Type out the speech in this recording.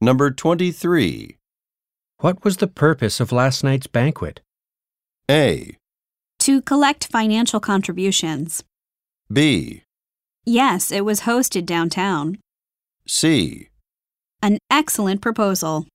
Number 23. What was the purpose of last night's banquet? A. To collect financial contributions. B. Yes, it was hosted downtown. C. An excellent proposal.